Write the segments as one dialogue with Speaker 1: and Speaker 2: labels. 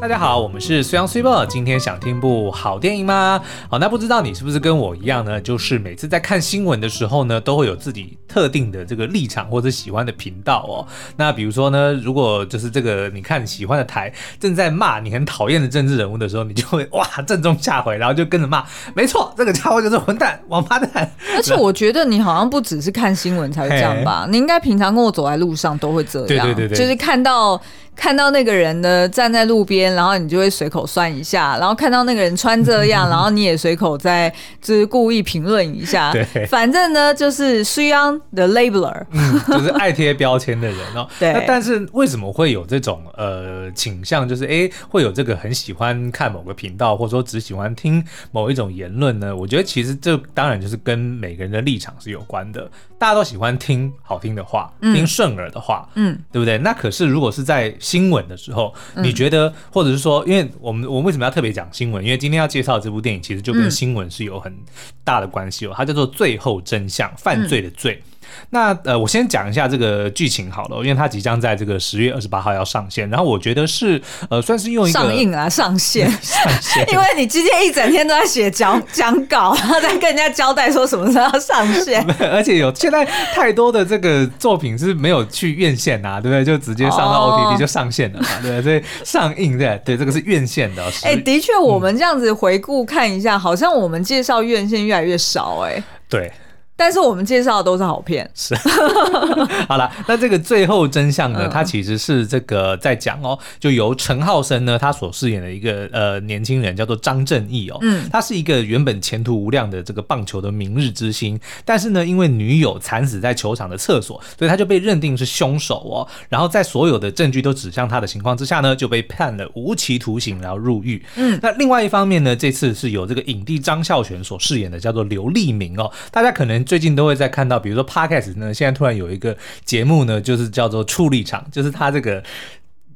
Speaker 1: 大家好，我们是虽阳虽报，今天想听部好电影吗？好，那不知道你是不是跟我一样呢？就是每次在看新闻的时候呢，都会有自己特定的这个立场或者喜欢的频道哦。那比如说呢，如果就是这个你看喜欢的台正在骂你很讨厌的政治人物的时候，你就会哇正中下怀，然后就跟着骂，没错，这个家伙就是混蛋、王八蛋。
Speaker 2: 而且我觉得你好像不只是看新闻才会这样吧，你应该平常跟我走在路上都会这样，
Speaker 1: 对对对对
Speaker 2: 就是看到看到那个人呢站在路边，然后你就会随口算一下，然后看到那个人穿这
Speaker 1: 嗯
Speaker 2: 样，然后你也随口在就是故意评论一 下
Speaker 1: 对，
Speaker 2: 反正呢就是虽然的 labeler，
Speaker 1: 嗯，就是爱贴标签的人哦。
Speaker 2: 对
Speaker 1: 那但是为什么会有这种呃倾向？就是诶，会有这个很喜欢看某个频道，或者说只喜欢听某一种言论呢？我觉得其实这当然就是跟每个人的立场是有关的。大家都喜欢听好听的话，听顺耳的话，
Speaker 2: 嗯，
Speaker 1: 对不对？那可是如果是在新闻的时候，你觉得，或者是说，因为我们我们为什么要特别讲新闻？因为今天要介绍这部电影，其实就跟
Speaker 2: 嗯
Speaker 1: 新闻是有很大的关系哦。它叫做《最后真相》，犯
Speaker 2: 嗯
Speaker 1: 罪的罪。那呃，我先讲一下这个剧情好了，因为它即将在这个十月二十八号要上线。然后我觉得是呃，算是用一个
Speaker 2: 上映啊上线。
Speaker 1: 上线
Speaker 2: 因为你今天一整天都在写讲讲稿，然后再跟人家交代说什么时候要上线，
Speaker 1: 而且有现在太多的这个作品是没有去院线啊，对不对？就直接上到
Speaker 2: 哦
Speaker 1: OTT 就上线了嘛，对不对？所以上映对对，这个是院线的哦。
Speaker 2: 哎、
Speaker 1: 十
Speaker 2: 的确，我们这样子回顾看一
Speaker 1: 嗯
Speaker 2: 下，好像我们介绍院线越来越少哎、
Speaker 1: 对，
Speaker 2: 但是我们介绍的都是好片，
Speaker 1: 好了，那这个最后真相呢
Speaker 2: 嗯，
Speaker 1: 它其实是这个在讲哦，就由陈浩生呢，他所饰演的一个呃年轻人叫做张正义哦，
Speaker 2: 嗯
Speaker 1: 他是一个原本前途无量的这个棒球的明日之星，但是呢，因为女友惨死在球场的厕所，所以他就被认定是凶手哦，然后在所有的证据都指向他的情况之下呢，就被判了无期徒刑，然后入狱。嗯，那另外一方面呢，这次是由这个影帝张孝全所饰演的，叫做刘立明哦。大家可能最近都会在看到，比如说 Podcast 呢，现在突然有一个节目呢，就是叫做处理场，就是他这个。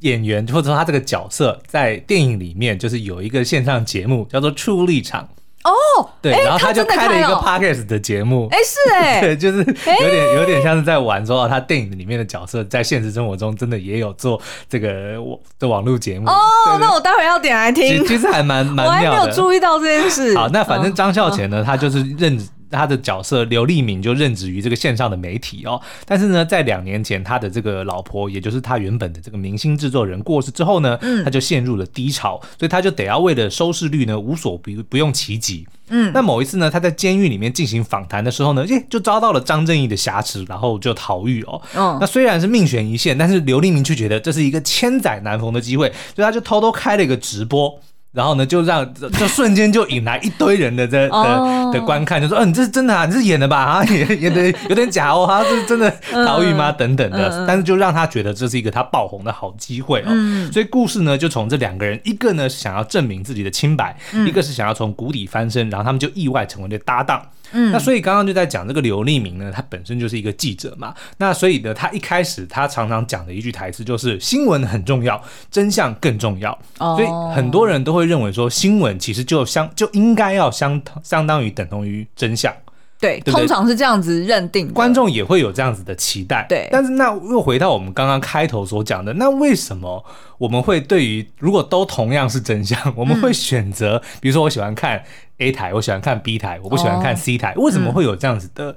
Speaker 1: 演员或者说他这个角色在电影里面就是有一个线上节目叫做处理场哦，对，然后
Speaker 2: 哎他
Speaker 1: 他就
Speaker 2: 真的
Speaker 1: 开了一
Speaker 2: 开
Speaker 1: 个
Speaker 2: 哦
Speaker 1: podcast 的节目，
Speaker 2: 哎、是哎、
Speaker 1: 对， 就是有点有点像是在玩说，哦他电影里面的角色在现实生活中真的也有做这个网的网络节目
Speaker 2: 哦，
Speaker 1: 对
Speaker 2: 那我待会要点来
Speaker 1: 其
Speaker 2: 听
Speaker 1: 实，其实还蛮
Speaker 2: 我
Speaker 1: 蛮
Speaker 2: 还没
Speaker 1: 妙
Speaker 2: 有
Speaker 1: 的。
Speaker 2: 注意到这件事。
Speaker 1: 好，那反正
Speaker 2: 嗯
Speaker 1: 张孝全呢，他就是任他的角色刘立敏就任职于这个线上的媒体哦。但是呢，在两年前，他的这个老婆，也就是他原本的这个明星制作人过世之后呢，
Speaker 2: 嗯
Speaker 1: 他就陷入了低潮，所以他就得要为了收视率呢，无所不不用其极。嗯，那某一次呢，他在监狱里面进行访谈的时候呢，耶，就遭到了张正义的挟持，然后就逃狱哦。
Speaker 2: 嗯
Speaker 1: 那虽然是命悬一线，但是刘立明却觉得这是一个千载难逢的机会，所以他就偷偷开了一个直播。然后呢，就让就就瞬间就引来一堆人的这的
Speaker 2: 哦
Speaker 1: 的观看，就说，嗯、你这是真的啊，你这是演的吧？啊， 演演的有点假哦，啊，这是真的
Speaker 2: 嗯
Speaker 1: 逃狱吗？等等的，但是就让他觉得这是一个他爆红的好机会哦。
Speaker 2: 嗯
Speaker 1: 所以故事呢，就从这两个人，一个呢是想要证明自己的清白，
Speaker 2: 嗯
Speaker 1: 一个是想要从谷底翻身，然后他们就意外成为了搭档。
Speaker 2: 嗯
Speaker 1: 那所以刚刚就在讲这个刘立明呢，他本身就是一个记者嘛，那所以呢，他一开始他常常讲的一句台词就是新闻很重要，真相更重要。
Speaker 2: 哦
Speaker 1: 所以很多人都会认为说，新闻其实就相就应该要相相当于等同于真相，
Speaker 2: 对，
Speaker 1: 对不对
Speaker 2: 通常是这样子认定的
Speaker 1: 观众也会有这样子的期待。
Speaker 2: 对
Speaker 1: 但是那又回到我们刚刚开头所讲的，那为什么我们会对于如果都同样是真相， 我们会选择，比如说我喜欢看 A 台，我喜欢看 B 台，我不喜欢看
Speaker 2: 哦
Speaker 1: C 台，为什么会有这样子的、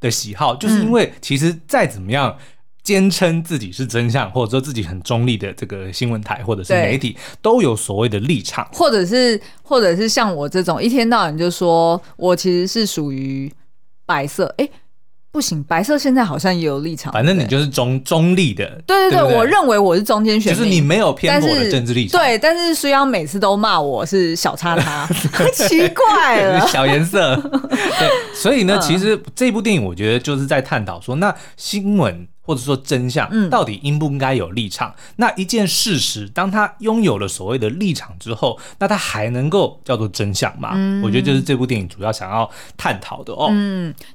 Speaker 1: 的喜
Speaker 2: 嗯
Speaker 1: 好？就是因为其实再怎么样。坚称自己是真相，或者说自己很中立的这个新闻台或者是
Speaker 2: 对
Speaker 1: 媒体，都有所谓的立场。
Speaker 2: 或者是或者是像我这种一天到晚就说我其实是属于白色，哎、不行，白色现在好像也有立场，
Speaker 1: 反正你
Speaker 2: 对
Speaker 1: 就是中中立的，
Speaker 2: 对对
Speaker 1: 对不
Speaker 2: 对，我认为我是中间选
Speaker 1: 就
Speaker 2: 民，
Speaker 1: 是你没有偏
Speaker 2: 但
Speaker 1: 颇
Speaker 2: 是
Speaker 1: 的政治立场。
Speaker 2: 对，但是苏央每次都骂我是小叉 叉，奇怪了。嗯
Speaker 1: 小颜 色。对，所以呢，其实这部电影我觉得就是在探讨说，那新闻。或者说真相
Speaker 2: 嗯
Speaker 1: 到底应不应该有立场？那一件事实，当他拥有了所谓的立场之后，那他还能够叫做真相吗？
Speaker 2: 嗯
Speaker 1: 我觉得就是这部电影主要想要探讨的哦。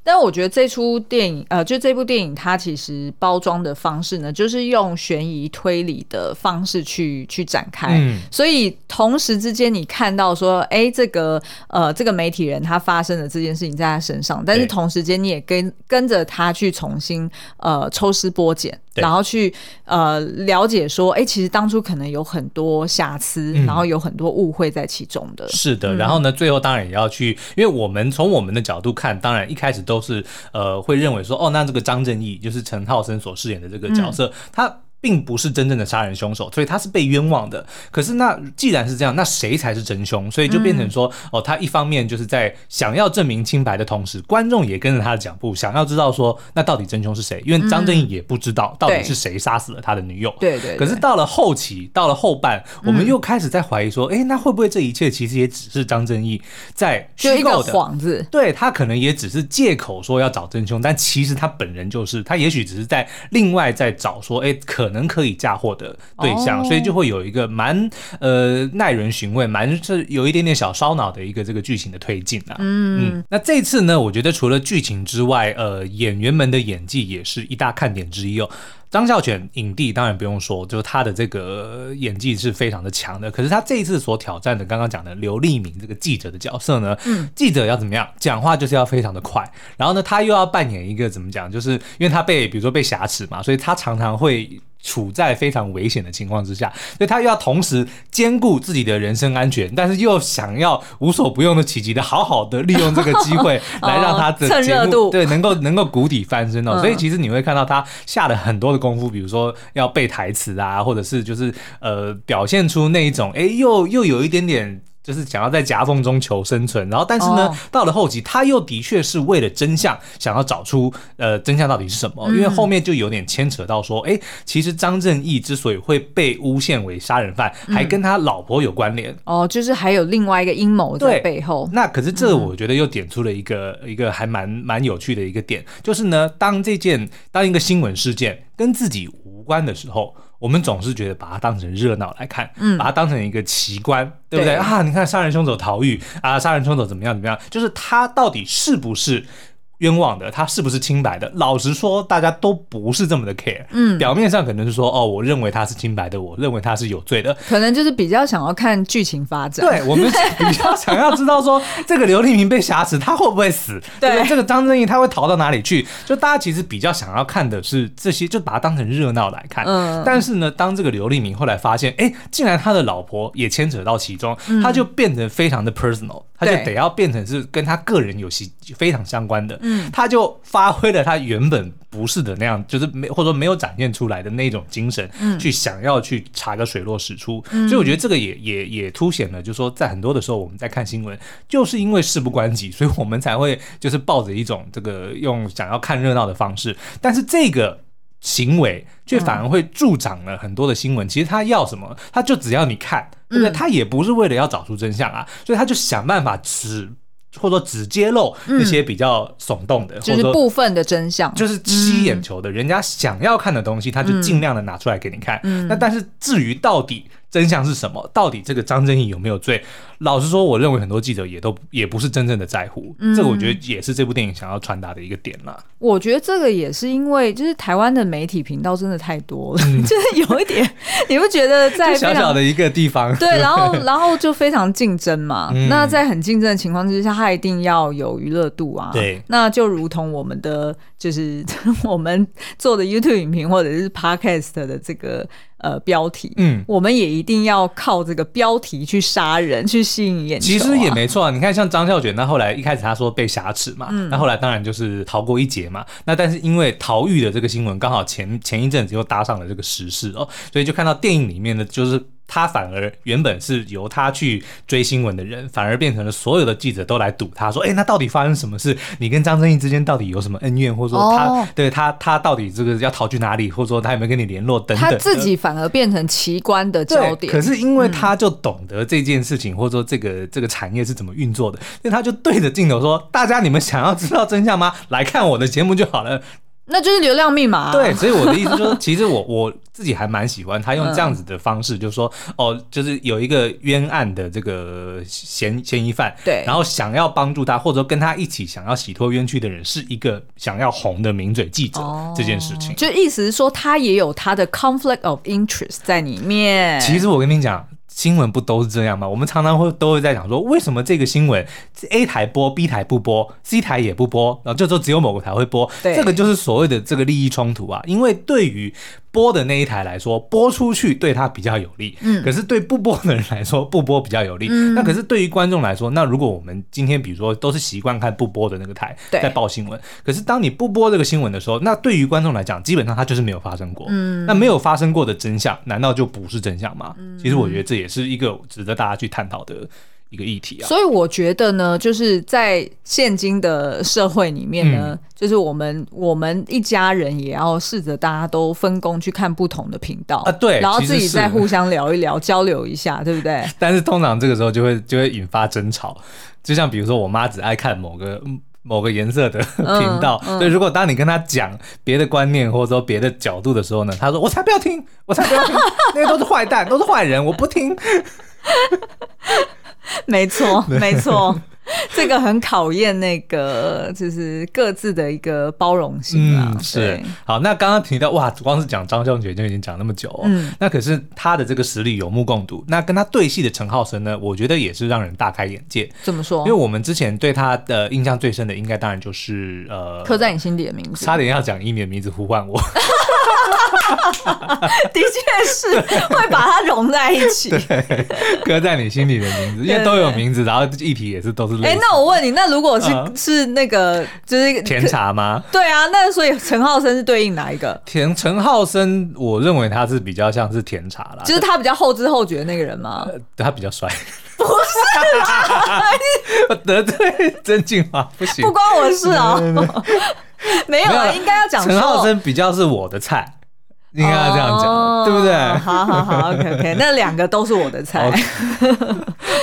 Speaker 2: 但我觉得这出电影，呃，就这部电影，它其实包装的方式呢，就是用悬疑推理的方式去去展开。
Speaker 1: 嗯
Speaker 2: 所以同时之间，你看到说，哎、这个呃，这个媒体人他发生的这件事情在他身上，但是
Speaker 1: 对
Speaker 2: 同时间你也跟跟着他去重新呃抽丝剥茧，
Speaker 1: 对
Speaker 2: 然后去呃了解说，哎、其实当初可能有很多瑕疵，
Speaker 1: 嗯
Speaker 2: 然后有很多误会在其中的。
Speaker 1: 是的，然后呢，最后当然也要去，因为我们从我们的角度看，当然一开始都是呃会认为说，哦，那这个张正义就是陈浩森所饰演的这个角色，他。并不是真正的杀人凶手，所以他是被冤枉的。可是那既然是这样，那谁才是真凶？所以就变成说，哦，他一方面就是在想要证明清白的同时，观众也跟着他的脚步，想要知道说，那到底真凶是谁？因为张正义也不知道到底
Speaker 2: 对
Speaker 1: 是谁杀死了他的女友。
Speaker 2: 对对对嗯
Speaker 1: 可是到了后期，到了后半，我们又开始在怀疑说，诶，那会不会这一切其实也只是张正义在
Speaker 2: 就
Speaker 1: 虚
Speaker 2: 一个
Speaker 1: 构的？
Speaker 2: 幌子，
Speaker 1: 对他可能也只是借口说要找真凶，但其实他本人就是他，也许只是在另外在找说，诶，可能可以嫁祸的对象，
Speaker 2: 哦
Speaker 1: 所以就会有一个蛮呃耐人寻味，蛮是有一点点小烧脑的一个这个剧情的推进啊。嗯，那这次呢，我觉得除了剧情之外，呃，演员们的演技也是一大看点之一哦。张孝全影帝当然不用说，就是他的这个呃演技是非常的强的。可是他这一次所挑战的，刚刚讲的刘立明这个记者的角色呢，
Speaker 2: 嗯
Speaker 1: 记者要怎么样讲话就是要非常的快，然后呢，他又要扮演一个怎么讲，就是因为他被比如说被挟持嘛，所以他常常会。处在非常危险的情况之下，所以他又要同时兼顾自己的人身安全，但是又想要无所不用的其极的好好的利用这个机会来让他 的
Speaker 2: 趁
Speaker 1: 节
Speaker 2: 热
Speaker 1: 目
Speaker 2: 度
Speaker 1: 对能够能够谷底翻身哦。
Speaker 2: 嗯
Speaker 1: 所以其实你会看到他下了很多的功夫，比如说要背台词啊，或者是就是呃表现出那一种哎又又有一点点。就是想要在夹缝中求生存，然后但是呢，
Speaker 2: 哦
Speaker 1: 到了后期，他又的确是为了真相，想要找出呃真相到底是什么，因
Speaker 2: 嗯
Speaker 1: 为后面就有点牵扯到说，哎、其实张正义之所以会被诬陷为杀人犯，还
Speaker 2: 嗯
Speaker 1: 跟他老婆有关联。
Speaker 2: 哦，就是还有另外一个阴谋
Speaker 1: 对
Speaker 2: 在背后，
Speaker 1: 那可是这我觉得又点出了一个、一个还蛮蛮有趣的一个点，就是呢，当这件当一个新闻事件跟自己无关的时候。我们总是觉得把它当成热闹来看，把它当成一个奇观，对不嗯对
Speaker 2: 对
Speaker 1: 啊？你看杀人凶手逃狱啊，杀人凶手怎么样怎么样？就是他到底是不是冤枉的，他是不是清白的？老实说，大家都不是这么的 care。嗯，表面上可能是说哦，我认为他是清白的，我认为他是有罪的，
Speaker 2: 可能就是比较想要看剧情发展。
Speaker 1: 对我 们比较想要知道说，这个刘立明被挟持，他会不会死？
Speaker 2: 对
Speaker 1: 不这个张正义他会逃到哪里去？就大家其实比较想要看的是这些，就把它当成热闹来看。
Speaker 2: 嗯
Speaker 1: 但是呢，当这个刘立明后来发现，哎，竟然他的老婆也牵扯到其中，
Speaker 2: 嗯
Speaker 1: 他就变得非常的 personal，他就
Speaker 2: 对
Speaker 1: 得要变成是跟他个人有息非常相关的。嗯，他就发挥了他原本不是的那样，就是没或者说没有展现出来的那种精神，去想要去查个水落石出。所以我觉得这个也也也凸显了，就是说在很多的时候我们在看新闻，就是因为事不关己，所以我们才会就是抱着一种这个用想要看热闹的方式，但是这个。行为却反而会助长了很多的新
Speaker 2: 嗯
Speaker 1: 闻。其实他要什么，他就只要你看，对不对？他也不是为了要找出真相啊，所以他就想办法只或者说只揭露那些比较耸动的，
Speaker 2: 嗯
Speaker 1: 或
Speaker 2: 就
Speaker 1: 者
Speaker 2: 是嗯
Speaker 1: 说
Speaker 2: 部分的真相，
Speaker 1: 就是吸眼球的，人家想要看的东西，他就尽量的拿出来给你看。
Speaker 2: 嗯
Speaker 1: 那但是至于到底真相是什么，到底这个张正义有没有罪，老实说，我认为很多记者也都也不是真正的在乎。
Speaker 2: 嗯
Speaker 1: 这个我觉得也是这部电影想要传达的一个点啦。
Speaker 2: 我觉得这个也是因为，就是台湾的媒体频道真的太多了， 就是有 一点，你不觉得在非
Speaker 1: 嗯小
Speaker 2: 常
Speaker 1: 小的一个地方，
Speaker 2: 对，然后然后就非常竞争嘛。
Speaker 1: 嗯
Speaker 2: 那在很竞争的情况之下，它一定要有娱乐度啊。
Speaker 1: 对
Speaker 2: 那就如同我们的就是 我们做的 YouTube 影评或者是 Podcast 的这个呃标题，
Speaker 1: 嗯。
Speaker 2: 我们也一定要靠这个标题去杀人，去吸引眼球、
Speaker 1: 其实也。没错啊，你看像张孝全，那后来一开始他说被挟持嘛，
Speaker 2: 嗯
Speaker 1: 那后来当然就是逃过一劫嘛。那但是因为逃狱的这个新闻刚好前前一阵子又搭上了这个时事哦，所以就看到电影里面的就是。他反而原本是由他去追新闻的人，反而变成了所有的记者都来堵他，说：“哎、那到底发生什么事？你跟张正义之间到底有什么恩怨，或者说他、
Speaker 2: 哦
Speaker 1: 对他他到底这个要逃去哪里，或者说他有没有跟你联络等等
Speaker 2: 他
Speaker 1: 的。”
Speaker 2: 自己反而变成奇观的
Speaker 1: 对，
Speaker 2: 焦点，嗯
Speaker 1: 可是因为他就懂得这件事情，或者说这个这个产业是怎么运作的，所以他就对着镜头说：“大家你们想要知道真相吗？来看我的节目就好了。
Speaker 2: 那就是流量密码、啊
Speaker 1: 对，，所以我的意思就是说， 其实我我自己还蛮喜欢他用这样子的方式，就是说哦，就是有一个冤案的这个嫌嫌疑犯，
Speaker 2: 对
Speaker 1: 然后想要帮助他，或者说跟他一起想要洗脱冤屈的人，是一个想要红的名嘴记者、
Speaker 2: 哦
Speaker 1: 这件事情。
Speaker 2: 就意思是说，他也有他的 conflict of interest 在里面。
Speaker 1: 其实我跟你讲，新闻不都是这样吗？我们常常会都会在讲说，为什么这个新闻 A 台播，B 台不播，C 台也不播，然后就说只有某个台会播，
Speaker 2: 对
Speaker 1: 这个就是所谓的这个利益冲突啊。因为对于播的那一台来说，播出去对他比较有利，嗯，可是对不播的人来说，不播比较有利。
Speaker 2: 嗯
Speaker 1: 那可是对于观众来说，那如果我们今天比如说都是习惯看不播的那个台
Speaker 2: 对
Speaker 1: 在报新闻，可是当你不播这个新闻的时候，那对于观众来讲，基本上它就是没有发生过，嗯，那没有发生过的真相，难道就不是真相吗？其实我觉得这也是一个值得大家去探讨的一个议题啊。
Speaker 2: 所以我觉得呢，就是在现今的社会里面呢，
Speaker 1: 嗯
Speaker 2: 就是我们我们一家人也要试着大家都分工去看不同的频道
Speaker 1: 啊对
Speaker 2: 然后
Speaker 1: 其
Speaker 2: 自己
Speaker 1: 实是
Speaker 2: 再互相聊一聊，交流一下，对不 对？
Speaker 1: 但是通常这个时候就会就会引发争吵，就像比如说我妈只爱看某个。嗯某个颜色的频道，所以如果当你跟她讲别的观念或者说别的角度的时候呢，她说我才不要听，我才不要听，那些都是坏蛋，都是坏人，我不听。
Speaker 2: 没错，没错，这个很考验那个就是各自的一个包容性啊。
Speaker 1: 嗯，是
Speaker 2: 对
Speaker 1: 好。那刚刚提到哇，光是讲张孝全就已经讲那么久、哦，
Speaker 2: 嗯
Speaker 1: 那可是他的这个实力有目共睹。那跟他对戏的陈浩生呢，我觉得也是让人大开眼界，
Speaker 2: 怎么说
Speaker 1: 因为？我们之前对他的印象最深的，应该当然就是呃，
Speaker 2: 刻在你心底的名字，
Speaker 1: 差点要讲以你的名字呼唤我，
Speaker 2: 的确是会把它融在一起。
Speaker 1: 刻在你心里的名字，因为都有名字，然后议题也是都是
Speaker 2: 哎、
Speaker 1: 类似。
Speaker 2: 那我问你，那如果是、
Speaker 1: 嗯
Speaker 2: 是那个就是
Speaker 1: 甜茶吗？
Speaker 2: 对啊，那所以陈浩生是对应哪一个？
Speaker 1: 田陈浩生，我认为他是比较像是甜茶啦，
Speaker 2: 就是他比较后知后觉的那个人吗？
Speaker 1: 呃他比较帅。不是 得罪曾静华不行
Speaker 2: 啊不。关我事哦，
Speaker 1: 嗯
Speaker 2: 没有
Speaker 1: 没有
Speaker 2: 啊，
Speaker 1: 啦
Speaker 2: 应该要讲
Speaker 1: 陈浩
Speaker 2: 说。
Speaker 1: 生比较是我的菜，应该要这样讲，
Speaker 2: 哦
Speaker 1: 对不对？
Speaker 2: 好好好，OK OK，那两个都是我的菜
Speaker 1: OK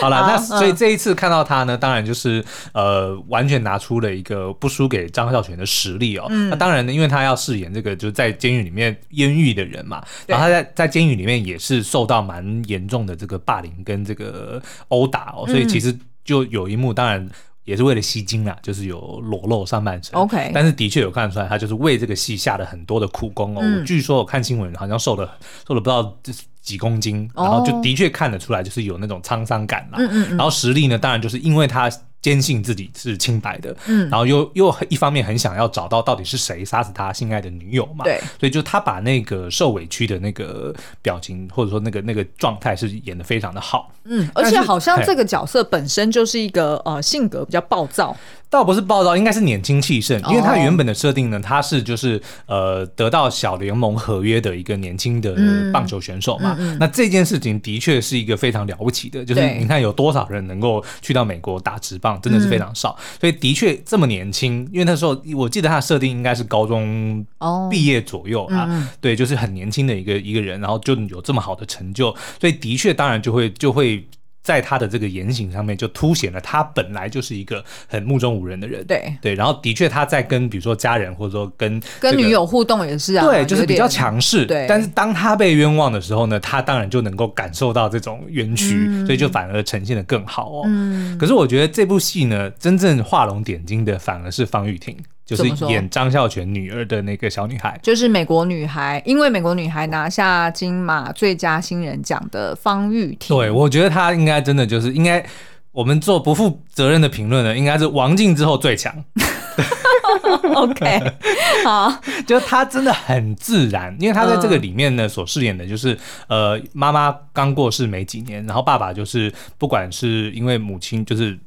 Speaker 1: 好了，
Speaker 2: 好
Speaker 1: 那
Speaker 2: 嗯
Speaker 1: 所以这一次看到他呢，当然就是呃，完全拿出了一个不输给张孝全的实力哦。
Speaker 2: 嗯
Speaker 1: 那当然呢，因为他要饰演这个就是在监狱里面冤狱的人嘛，
Speaker 2: 对
Speaker 1: 然后他在在监狱里面也是受到蛮严重的这个霸凌跟这个殴打
Speaker 2: 嗯
Speaker 1: 哦，所以其实就有一幕，当然。也是为了吸睛啦，就是有裸露上半身。
Speaker 2: OK
Speaker 1: 但是的确有看得出来，他就是为这个戏下了很多的苦功哦。
Speaker 2: 嗯
Speaker 1: 我据说我看新闻，好像瘦了瘦了不知道几公斤，然后就
Speaker 2: 哦
Speaker 1: 的确看得出来，就是有那种沧桑感啦。
Speaker 2: 嗯嗯嗯
Speaker 1: 然后实力呢，当然就是因为他坚信自己是清白的，
Speaker 2: 嗯
Speaker 1: 然后又又一方面很想要找到到底是谁杀死他心爱的女友嘛，
Speaker 2: 对，
Speaker 1: 所以就他把那个受委屈的那个表情或者说那个那个状态是演得非常的好，
Speaker 2: 嗯，而且
Speaker 1: 但是哎
Speaker 2: 好像这个角色本身就是一个呃性格比较暴躁，
Speaker 1: 倒不是暴躁，应该是年轻气盛，
Speaker 2: 哦
Speaker 1: 因为他原本的设定呢，他是就是呃得到小联盟合约的一个年轻的
Speaker 2: 嗯
Speaker 1: 棒球选手嘛。那这件事情的确是一个非常了不起的，就是
Speaker 2: 对
Speaker 1: 你看有多少人能够去到美国打职棒，真的是非常
Speaker 2: 嗯
Speaker 1: 少。所以的确这么年轻，因为那时候我记得他的设定应该是高中
Speaker 2: 哦
Speaker 1: 毕业左右啊，
Speaker 2: 嗯嗯
Speaker 1: 对，就是很年轻的一个一个人，然后就有这么好的成就，所以的确当然就会就会。在他的这个言行上面，就凸显了他本来就是一个很目中无人的人。
Speaker 2: 对，
Speaker 1: 对，然后的确他在跟比如说家人或者说跟
Speaker 2: 跟
Speaker 1: 这个
Speaker 2: 女友互动也是啊，
Speaker 1: 对，就是
Speaker 2: 有
Speaker 1: 比
Speaker 2: 点
Speaker 1: 较。强势。
Speaker 2: 对
Speaker 1: 但是当他被冤枉的时候呢，他当然就能够感受到这种冤屈，
Speaker 2: 嗯
Speaker 1: 所以就反而呈现的更好哦。可是我觉得这部戏呢，真正画龙点睛的反而是方玉婷，就
Speaker 2: 怎
Speaker 1: 是
Speaker 2: 么说
Speaker 1: 演张孝全女儿的那个小女孩。
Speaker 2: 就是美国女孩，因为美国女孩拿下金马最佳新人奖的方玉婷，
Speaker 1: 对，我觉得她应该真的就是应该。我们做不负责任的评论呢，应该是王静之后最强，
Speaker 2: ，OK，好，
Speaker 1: 就是她真的很自然，因为她在这个里面呢所饰演的就是，呃，妈妈刚过世没几年，然后爸爸就是不管是因为母亲就是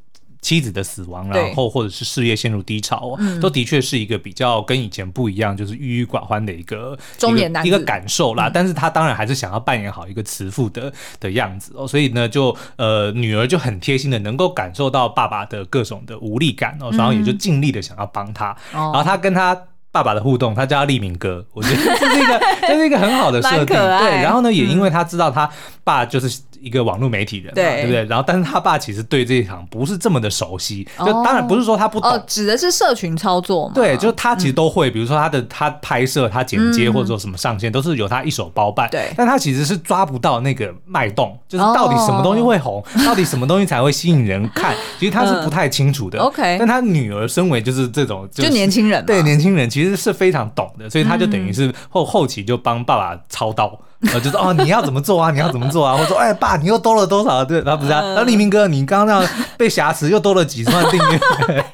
Speaker 1: 妻子的死亡，
Speaker 2: 对
Speaker 1: 然后或者是事业陷入低潮，都的确是一个比较跟以前不一样，就是郁郁寡欢的一个
Speaker 2: 中年男子嗯
Speaker 1: 一个一个感受啦。但是他当然还是想要扮演好一个慈父的的样子哦，所以呢，就呃女儿就很贴心的能够感受到爸爸的各种的无力感哦，然后也就尽力的想要帮他，然
Speaker 2: 哦
Speaker 1: 后他跟他。爸爸的互动，他叫他立明哥，我 觉得这是一个这是一个很好的设
Speaker 2: 蛮
Speaker 1: 定，
Speaker 2: 可爱嗯
Speaker 1: 对。然后呢，也因为他知道他爸就是一个网络媒体人嘛，
Speaker 2: 对
Speaker 1: 对不对？然后，但是他爸其实对这一行不是这么的熟悉，就
Speaker 2: 哦
Speaker 1: 当然不是说他不懂，
Speaker 2: 哦，指的是社群操作嘛？嗯
Speaker 1: 对，就是他其实都会，比如说他的他拍摄、他剪接或者说什么上线，都是由他一手包办。
Speaker 2: 对
Speaker 1: 但他其实是抓不到那个脉动，就是到底什么东西会
Speaker 2: 哦
Speaker 1: 红，到底什么东西才会吸引人看， 其实他是不太清楚的。
Speaker 2: 嗯 OK
Speaker 1: 但他女儿身为就是这种
Speaker 2: 就年轻人嘛嗯
Speaker 1: 对年轻人其实是非常懂的，所以他就等于是后后期就帮爸爸操刀。呃，就是哦， 你要怎么做啊？你要怎么做啊？或者说，哎，爸，你又多了多少？对，然后不是啊，
Speaker 2: 嗯
Speaker 1: 然后黎明哥，你刚刚那样被挟持，又多了几十万订阅，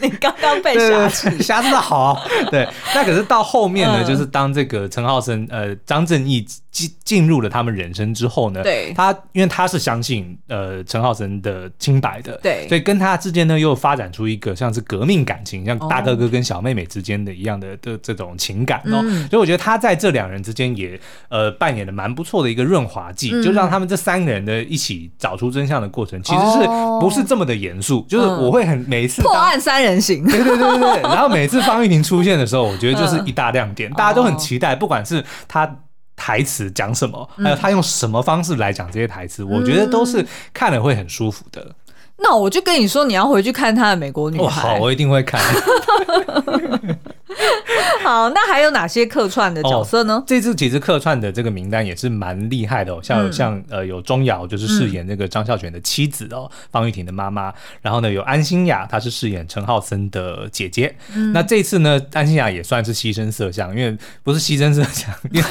Speaker 2: 你刚刚 被
Speaker 1: 对
Speaker 2: 挟
Speaker 1: 对
Speaker 2: 持嗯
Speaker 1: 对，瑕疵的好。 对，那可是到后面呢，就是当这个陈浩生呃张正义进进入了他们人生之后呢，
Speaker 2: 对
Speaker 1: 他因为他是相信呃陈浩生的清白的，
Speaker 2: 对
Speaker 1: 所以跟他之间呢又发展出一个像是革命感情，像
Speaker 2: 哦
Speaker 1: 大哥哥跟小妹妹之间的一样的的这种情感哦。
Speaker 2: 嗯
Speaker 1: 所以我觉得他在这两人之间也呃扮演的蛮不错的一个润滑剂，
Speaker 2: 嗯
Speaker 1: 就让他们这三个人的一起找出真相的过程，其实是
Speaker 2: 哦
Speaker 1: 不是这么的严肃？就是
Speaker 2: 嗯
Speaker 1: 我会很每一次
Speaker 2: 破
Speaker 1: 当
Speaker 2: 案三人行。
Speaker 1: 对对对对对。然后每次方玉婷出现的时候，我觉得就是一大亮点，大家都很期待，不管是她。台词讲什么，还有她用什么方式来讲这些台词，我觉得都是看了会很舒服的。
Speaker 2: 那我就跟你说，你要回去看他的《美国女
Speaker 1: 哇，
Speaker 2: 孩
Speaker 1: 好，》我一定会看。
Speaker 2: 好，那还有哪些客串的角色呢？
Speaker 1: 这次其实客串的这个名单也是蛮厉害的哦，像有、
Speaker 2: 嗯
Speaker 1: 像呃有钟瑶就是饰演那个张孝全的妻子哦，方玉婷的妈妈，然后呢有安心雅，她是饰演陈浩森的姐姐。
Speaker 2: 嗯
Speaker 1: 那这次呢，安心雅也算是牺牲色相，因为不是牺牲色相，因 为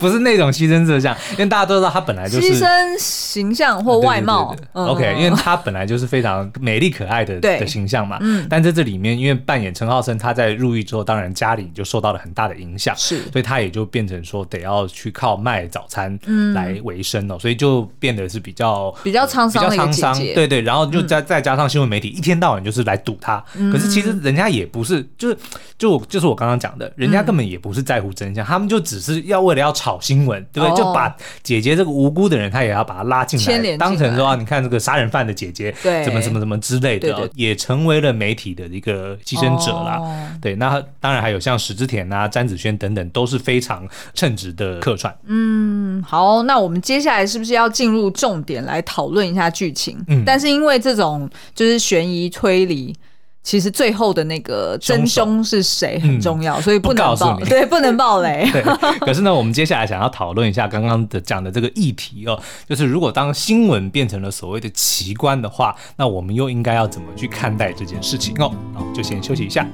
Speaker 1: 不是那种牺牲色相，因为大家都知道她本来就是啊呃
Speaker 2: 牺牲形象或外貌
Speaker 1: 对对对对
Speaker 2: 嗯
Speaker 1: OK，因为她本来就是非常美丽可爱 的
Speaker 2: 对嗯
Speaker 1: 的形象嘛。但在这里面，因为扮演陈浩森，他在入狱之后，当然家里就受到了很大的影响，
Speaker 2: 是
Speaker 1: 所以他也就变成说得要去靠卖早餐来为生哦，所以就变得是比较
Speaker 2: 比较沧桑的
Speaker 1: 比
Speaker 2: 一
Speaker 1: 较
Speaker 2: 个
Speaker 1: 沧
Speaker 2: 姐
Speaker 1: 桑，
Speaker 2: 姐嗯
Speaker 1: 对对，然后就再、再加上新闻媒体一天到晚就是来堵他，可是其实
Speaker 2: 嗯
Speaker 1: 人家也不是，就是就就是我刚刚讲的，人家根本也不是在乎真相，他们就只是要为了要炒新闻，对不对？
Speaker 2: 哦
Speaker 1: 就把姐姐这个无辜的人，他也要把她拉进
Speaker 2: 牵
Speaker 1: 来，
Speaker 2: 连进
Speaker 1: 当成说
Speaker 2: 来
Speaker 1: 啊，你看这个杀人犯的姐姐，
Speaker 2: 对
Speaker 1: 怎么怎么怎么之类的哦、
Speaker 2: 对对
Speaker 1: 也成为了媒体的一个牺牲者啦。
Speaker 2: 哦
Speaker 1: 对，那当然还有像石之田啊、詹子轩等等，都是非常称职的客串。
Speaker 2: 嗯，好，那我们接下来是不是要进入重点来讨论一下剧情？
Speaker 1: 嗯
Speaker 2: 但是因为这种就是悬疑推理。其实最后的那个真凶是谁很重要，所以
Speaker 1: 嗯
Speaker 2: 不
Speaker 1: 不告
Speaker 2: 能
Speaker 1: 诉
Speaker 2: 爆，
Speaker 1: 你
Speaker 2: 对，不能爆雷。
Speaker 1: 对，可是呢，我们接下来想要讨论一下刚刚的讲的这个议题哦，就是如果当新闻变成了所谓的奇观的话，那我们又应该要怎么去看待这件事情哦？那我们就先休息一下。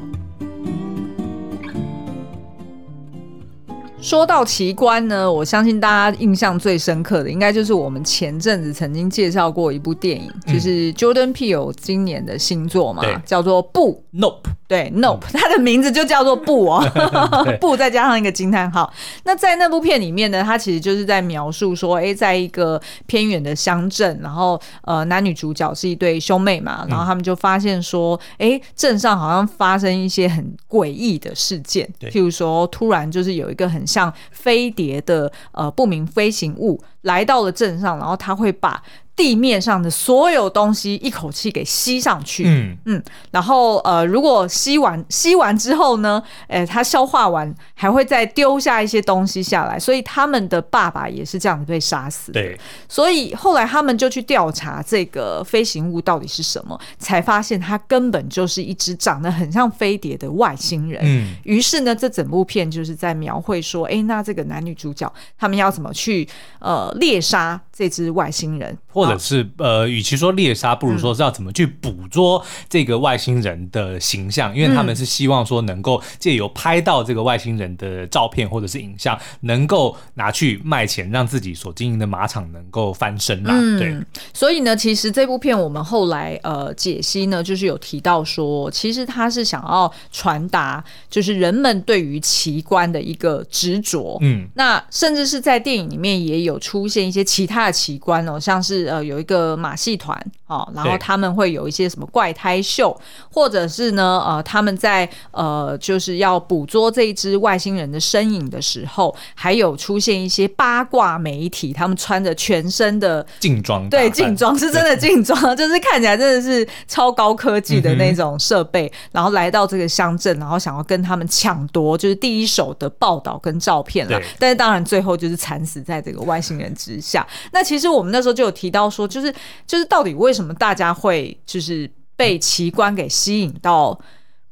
Speaker 2: 说到奇观呢，我相信大家印象最深刻的，应该就是我们前阵子曾经介绍过一部电影，就是 Jordan Peele 今年的新作嘛
Speaker 1: 嗯对，
Speaker 2: 叫做《不》。
Speaker 1: Nope，
Speaker 2: 对，Nope，它的名字就叫做不哦
Speaker 1: 嗯 对，
Speaker 2: 不再加上一个惊叹号。那在那部片里面呢，它其实就是在描述说，诶，在一个偏远的乡镇，然后呃，男女主角是一对兄妹
Speaker 1: 嗯
Speaker 2: 嘛，然后他们就发现说，诶，镇上好像发生一些很诡异的事件，
Speaker 1: 对
Speaker 2: 譬如说，突然就是有一个很像飞碟的呃不明飞行物来到了镇上，然后它会把地面上的所有东西一口气给吸上去，
Speaker 1: 嗯，
Speaker 2: 嗯，然后呃，如果吸完吸完之后呢，诶，它消化完还会再丢下一些东西下来，所以他们的爸爸也是这样子被杀死。，
Speaker 1: 对，
Speaker 2: 所以后来他们就去调查这个飞行物到底是什么，才发现它根本就是一只长得很像飞碟的外星人。
Speaker 1: 嗯，
Speaker 2: 于是呢，这整部片就是在描绘说，诶，那这个男女主角他们要怎么去呃猎杀这只外星人，
Speaker 1: 或者是呃，与其说猎杀，不如说是要怎么去捕捉这个外星人的形象，因为他们是希望说能够借由拍到这个外星人的照片或者是影像，能够拿去卖钱，让自己所经营的马场能够翻身啦。对，
Speaker 2: 所以呢，其实这部片我们后来呃解析呢，就是有提到说，其实他是想要传达，就是人们对于奇观的一个执着。
Speaker 1: 嗯，
Speaker 2: 那甚至是在电影里面也有出现一些其他的奇观哦，像是呃有一个马戏团哦，然后
Speaker 1: 对
Speaker 2: 他们会有一些什么怪胎秀，或者是呢呃他们在呃就是要捕捉这一只外星人的身影的时候，还有出现一些八卦媒体，他们穿着全身的
Speaker 1: 劲装打
Speaker 2: 对，
Speaker 1: 扮
Speaker 2: 劲装是真的劲装，就是看起来真的是超高科技
Speaker 1: 嗯
Speaker 2: 的那种设备，然后来到这个乡镇，然后想要跟他们抢夺，就是第一手的报道跟照片啦
Speaker 1: 对。
Speaker 2: 但是当然最后就是惨死在这个外星人之下。那其实我们那时候就有提到说，就是就是到底为什么大家会就是被奇观给吸引到？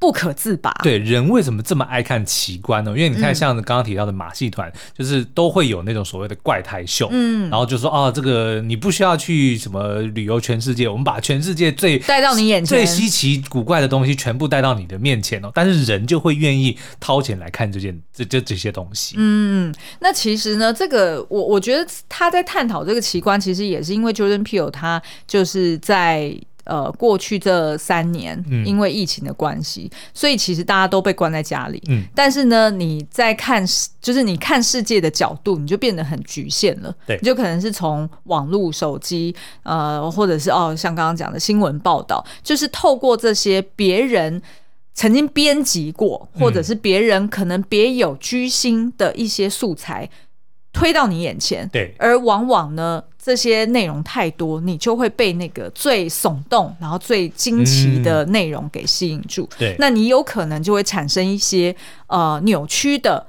Speaker 2: 不可自拔。
Speaker 1: 对人为什么这么爱看奇观呢？因为你看，像刚刚提到的马戏团，就是都会有那种所谓的怪胎秀，嗯，然后就说啊，这个你不需要去什么旅游全世界，我们把全世界最
Speaker 2: 带到你眼
Speaker 1: 最
Speaker 2: 前
Speaker 1: 稀奇古怪的东西全部带到你的面前哦。但是人就会愿意掏钱来看这件这这这些东西，嗯，
Speaker 2: 那其实呢，这个我我觉得他在探讨这个奇观，其实也是因为 Jordan Peele 他就是在。呃，过去这三年，因为疫情的关系，所以其实大家都被关在家里。
Speaker 1: 嗯
Speaker 2: 但是呢，你在看世，就是你看世界的角度，你就变得很局限了。
Speaker 1: 对
Speaker 2: 你就可能是从网络、手机，呃，或者是哦，像刚刚讲的新闻报道，就是透过这些别人曾经编辑过，或
Speaker 1: 嗯
Speaker 2: 者是别人可能别有居心的一些素材推到你眼前，
Speaker 1: 对，
Speaker 2: 而往往呢，这些内容太多，你就会被那个最耸动，然后最惊奇的内容给吸引住。
Speaker 1: 对
Speaker 2: 那你有可能就会产生一些呃扭曲的。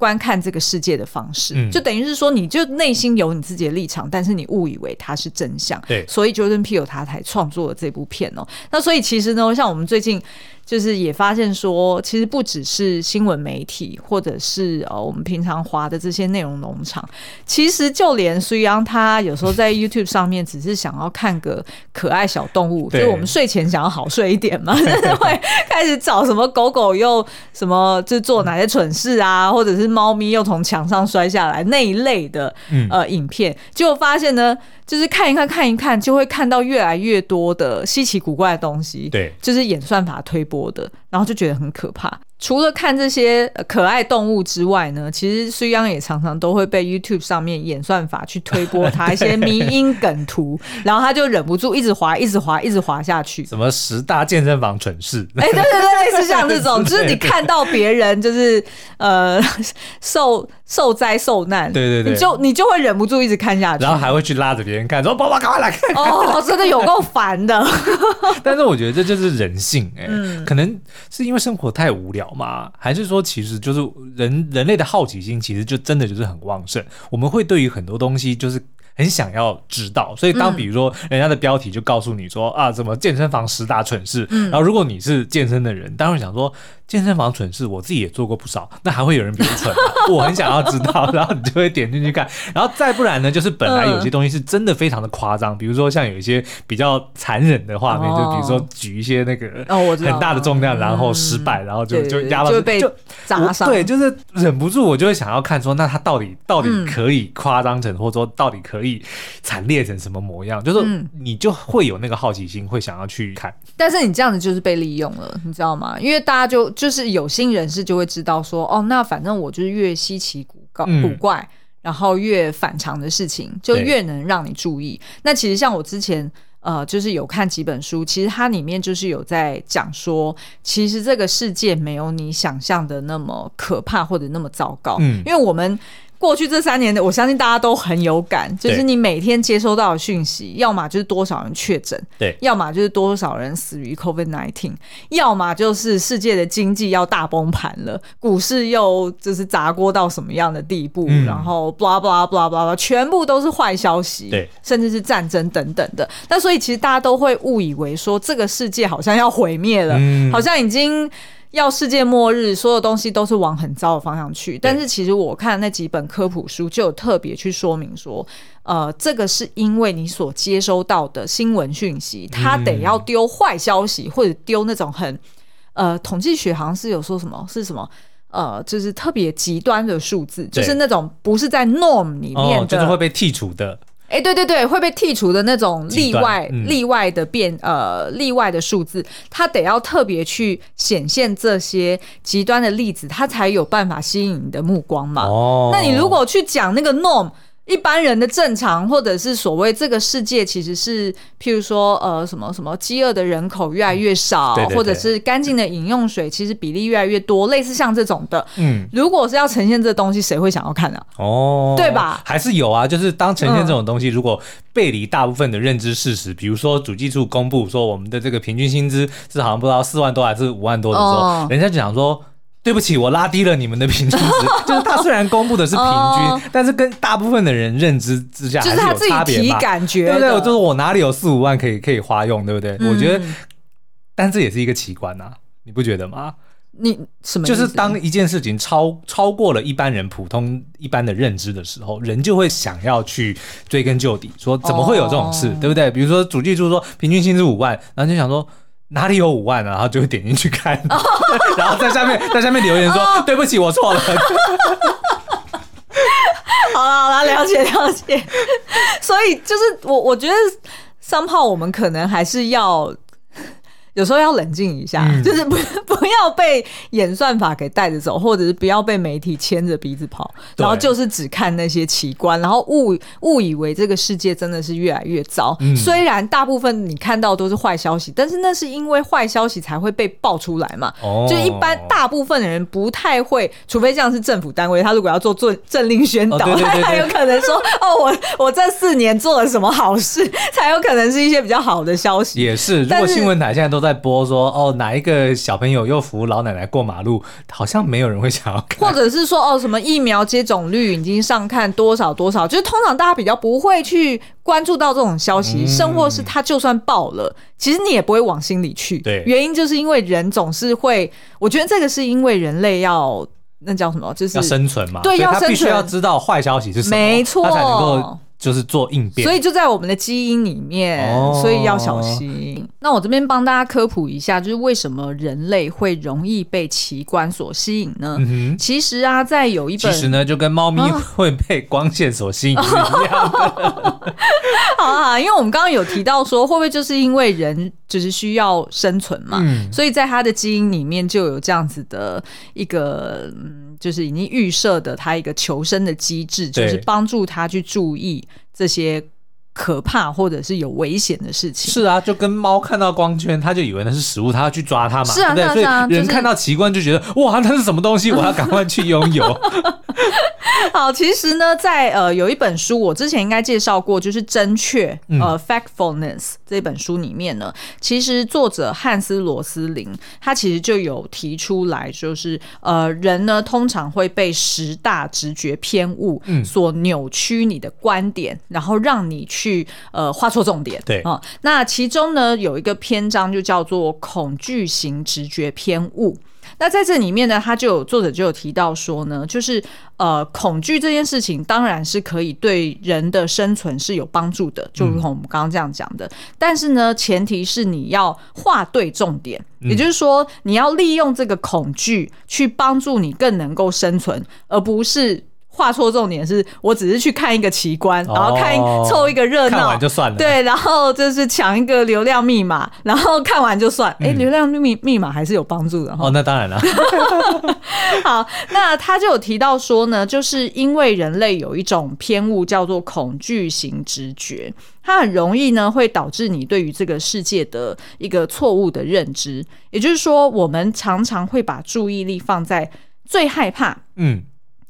Speaker 2: 观看这个世界的方式，
Speaker 1: 嗯
Speaker 2: 就等于是说，你就内心有你自己的立场，但是你误以为它是真相。
Speaker 1: 对
Speaker 2: 所以 Jordan Peele 他才创作了这部片哦。那所以其实呢，像我们最近就是也发现说，其实不只是新闻媒体，或者是呃我们平常划的这些内容农场，其实就连苏央他有时候在 YouTube 上面只是想要看个可爱小动物，就
Speaker 1: 对
Speaker 2: 是我们睡前想要好睡一点 嘛，就是会开始找什么狗狗又什么就做哪些蠢事啊，或者是猫咪又从墙上摔下来那一类的
Speaker 1: 嗯
Speaker 2: 呃影片，结果发现呢，就是看一看看一看，就会看到越来越多的稀奇古怪的东西。
Speaker 1: 对
Speaker 2: 就是演算法推播的，然后就觉得很可怕。除了看这些呃可爱动物之外呢，其实虽央也常常都会被 YouTube 上面演算法去推播他一些迷因梗图， 然后他就忍不住一直滑，一直滑，一直滑下 去。
Speaker 1: 什么十大健身房蠢事，
Speaker 2: 哎、对对对，类似像这种，
Speaker 1: 之
Speaker 2: 就
Speaker 1: 类
Speaker 2: 是
Speaker 1: 的
Speaker 2: 你看到别人就是呃 受受灾受难，
Speaker 1: 对对对
Speaker 2: 你就你就会忍不住一直看下去
Speaker 1: 然。后还会去拉着别人看，说宝宝赶快来看。
Speaker 2: 哦，真的有够烦的。
Speaker 1: 但是我觉得这就是人性、哎、可能是因为生活太无聊嘛，还是说其实就是人人类的好奇心其实就真的就是很旺盛，我们会对于很多东西就是。很想要知道，所以当比如说人家的标题就告诉你说、啊，怎么健身房十大蠢事，然后如果你是健身的人，当然会想说健身房蠢事，我自己也做过不少，那还会有人比我蠢吗，我很想要知道，然后你就会点进去看，然后再不然呢，就是本来有些东西是真的非常的夸张，比如说像有一些比较残忍的画面，
Speaker 2: 哦
Speaker 1: 就比如说举一些那个
Speaker 2: 哦我知道
Speaker 1: 很大的重量，然后失败，然后 就
Speaker 2: 对
Speaker 1: 就
Speaker 2: 对对
Speaker 1: 压到
Speaker 2: 就会被
Speaker 1: 就
Speaker 2: 砸伤
Speaker 1: 我对，就是忍不住我就会想要看说，那他到底到
Speaker 2: 嗯
Speaker 1: 底可以夸张成，或者说到底可以惨烈成什么模样？就是
Speaker 2: 嗯
Speaker 1: 你就会有那个好奇心，会想要去看。
Speaker 2: 但是你这样子就是被利用了，你知道吗？因为大家就就是有心人士就会知道说，哦，那反正我就是越稀奇古怪、
Speaker 1: 嗯
Speaker 2: 古怪，然后越反常的事情，就
Speaker 1: 对
Speaker 2: 越能让你注意。那其实像我之前。呃，就是有看几本书，其实它里面就是有在讲说，其实这个世界没有你想象的那么可怕或者那么糟糕。
Speaker 1: 嗯
Speaker 2: 因为我们过去这三年的，我相信大家都很有感，就是
Speaker 1: 对
Speaker 2: 你每天接收到的讯息，要么就是多少人确诊，
Speaker 1: 对，
Speaker 2: 要么就是多少人死于 COVID 1 9要么就是世界的经济要大崩盘了，股市又就是砸锅到什么样的地步，
Speaker 1: 嗯
Speaker 2: 然后 blah blah blah blah blah，全部都是坏消息，
Speaker 1: 对，
Speaker 2: 甚至是战争等等的。那所以其实大家都会误以为说这个世界好像要毁灭了，
Speaker 1: 嗯
Speaker 2: 好像已经。要世界末日，所有东西都是往很糟的方向去。但是其实我看那几本科普书，就有特别去说明说，呃，这个是因为你所接收到的新闻讯息，它得要丢坏消息，或者丢那种很呃，统计学好像是有说什么是什么。呃，就是特别极端的数字，就
Speaker 1: 对
Speaker 2: 是那种不是在 norm 里面的，
Speaker 1: 哦，就是会被剔除的。
Speaker 2: 哎、对对对，会被剔除的那种例
Speaker 1: 极端
Speaker 2: 外、
Speaker 1: 嗯
Speaker 2: 例外的变呃例外的数字，它得要特别去显现这些极端的例子，它才有办法吸引你的目光嘛。
Speaker 1: 哦，
Speaker 2: 啊那你如果去讲那个 norm。一般人的正常，或者是所谓这个世界，其实是譬如说，呃，什么什么饥饿的人口越来越少，
Speaker 1: 对对对
Speaker 2: 或者是干净的饮用水其实比例越来越多，类似像这种的，
Speaker 1: 嗯。
Speaker 2: 如果是要呈现这东西，谁会想要看啊？
Speaker 1: 哦，
Speaker 2: 对吧嗯
Speaker 1: 还是有啊，就是当呈现这种东西，如果背离大部分的认知事实，比如说主计处公布说我们的这个平均薪资是好像不知道四万多还是五万多的时候，
Speaker 2: 哦
Speaker 1: 人家就想说。对不起，我拉低了你们的平均值。 就是他虽然公布的是平均，
Speaker 2: 哦
Speaker 1: 但是跟大部分的人认知之下
Speaker 2: 就
Speaker 1: 还
Speaker 2: 是
Speaker 1: 是
Speaker 2: 他
Speaker 1: 有
Speaker 2: 自
Speaker 1: 差
Speaker 2: 己
Speaker 1: 别
Speaker 2: 体
Speaker 1: 嘛，
Speaker 2: 感觉
Speaker 1: 对不
Speaker 2: 的，
Speaker 1: 对？我就是我哪里有四五万可以可以花用，对不对？我觉得
Speaker 2: 嗯，
Speaker 1: 但这也是一个奇观呐、啊你不觉得吗？
Speaker 2: 你什么意
Speaker 1: 就
Speaker 2: 思？
Speaker 1: 是当一件事情超超过了一般人普通一般的认知的时候，人就会想要去追根究底，说怎么会有这种事，
Speaker 2: 哦
Speaker 1: 对不对？比如说主计处说平均薪资五万，然后就想说。哪里有五万啊？然后就会点进去看，
Speaker 2: 哦
Speaker 1: 然后在下面在下面留言说：“对不起，我错 了。
Speaker 2: 好了好了，了解了 解。所以就是我我觉得三炮我们可能还是要。有时候要冷静一下，
Speaker 1: 嗯
Speaker 2: 就是不不要被演算法给带着走，或者是不要被媒体牵着鼻子跑，
Speaker 1: 对
Speaker 2: 然后就是只看那些奇观，然后误误以为这个世界真的是越来越糟。
Speaker 1: 嗯
Speaker 2: 虽然大部分你看到都是坏消息，但是那是因为坏消息才会被爆出来嘛。
Speaker 1: 哦
Speaker 2: 就一般大部分的人不太会，除非像是政府单位，他如果要做政政令宣导，
Speaker 1: 哦对对对对
Speaker 2: 他才有可能说哦，我我这四年做了什么好事， 才有可能是一些比较好的消”息。
Speaker 1: 也是，如
Speaker 2: 但
Speaker 1: 果
Speaker 2: 是
Speaker 1: 新闻台现在都在播说哦哪一个小朋友又扶老奶奶过马路，好像没有人会想要看。
Speaker 2: 或者是说哦，什么疫苗接种率已经上看多少多少，就是通常大家比较不会去关注到这种消息，
Speaker 1: 嗯
Speaker 2: 甚或是它就算爆了，其实你也不会往心里去。
Speaker 1: 对
Speaker 2: 原因就是因为人总是会，我觉得这个是因为人类要那叫什么，就是
Speaker 1: 要生存嘛，所
Speaker 2: 对
Speaker 1: 以
Speaker 2: 要
Speaker 1: 他必须
Speaker 2: 生存
Speaker 1: 要知道坏消息是什么，
Speaker 2: 没错
Speaker 1: 他才能够就是做应变。
Speaker 2: 所以就在我们的基因里面，
Speaker 1: 哦
Speaker 2: 所以要小心。那我这边帮大家科普一下，就是为什么人类会容易被奇观所吸引呢？
Speaker 1: 嗯哼，
Speaker 2: 其实啊，在有一
Speaker 1: 其
Speaker 2: 本
Speaker 1: 实呢，就跟猫
Speaker 2: 嗯
Speaker 1: 咪 会被光线所吸引是一样 的。
Speaker 2: 好啊，因为我们刚刚有提到说，会不会就是因为人就是需要生存嘛，
Speaker 1: 嗯
Speaker 2: 所以在他的基因里面就有这样子的一个，嗯，就是已经预设的他一个求生的机制，就
Speaker 1: 对
Speaker 2: 是帮助他去注意这些可怕或者是有危险的事情。
Speaker 1: 是啊，就跟猫看到光圈，它就以为那是食物，它要去抓它嘛，
Speaker 2: 是啊
Speaker 1: 对不
Speaker 2: 是
Speaker 1: 对？
Speaker 2: 啊是啊
Speaker 1: 所以人
Speaker 2: 就是
Speaker 1: 看到奇观就觉得哇，那是什么东西？我要赶快去拥有。
Speaker 2: 好，其实呢，在呃有一本书，我之前应该介绍过，就是《真确》
Speaker 1: 嗯
Speaker 2: 呃《Factfulness》这本书里面呢，其实作者汉斯·罗斯林他其实就有提出来，就是呃人呢通常会被十大直觉偏误
Speaker 1: 嗯
Speaker 2: 所扭曲你的观点，然后让你去呃画错重点。
Speaker 1: 对
Speaker 2: 啊、那其中呢有一个篇章就叫做恐惧型直觉偏误。那在这里面呢，他就有作者就有提到说呢，就是呃，恐惧这件事情当然是可以对人的生存是有帮助的，就
Speaker 1: 嗯
Speaker 2: 如同我们刚刚这样讲的。但是呢，前提是你要画对重点，
Speaker 1: 嗯
Speaker 2: 也就是说，你要利用这个恐惧去帮助你更能够生存，而不是。画错重点是我只是去看一个奇观，然后看一
Speaker 1: 哦
Speaker 2: 凑一个 热
Speaker 1: 看
Speaker 2: 闹
Speaker 1: 完，就算了。，
Speaker 2: 对，然后就是抢一个流量密码，然后看完就算。
Speaker 1: 嗯
Speaker 2: 哎、流量密密码还是有帮助的哈。
Speaker 1: 哦，那当 然了，
Speaker 2: 好，那他就有提到说呢，就是因为人类有一种偏误叫做恐惧型直觉，它很容易呢会导致你对于这个世界的一个错误的认知。也就是说，我们常常会把注意力放在最害怕。
Speaker 1: 嗯，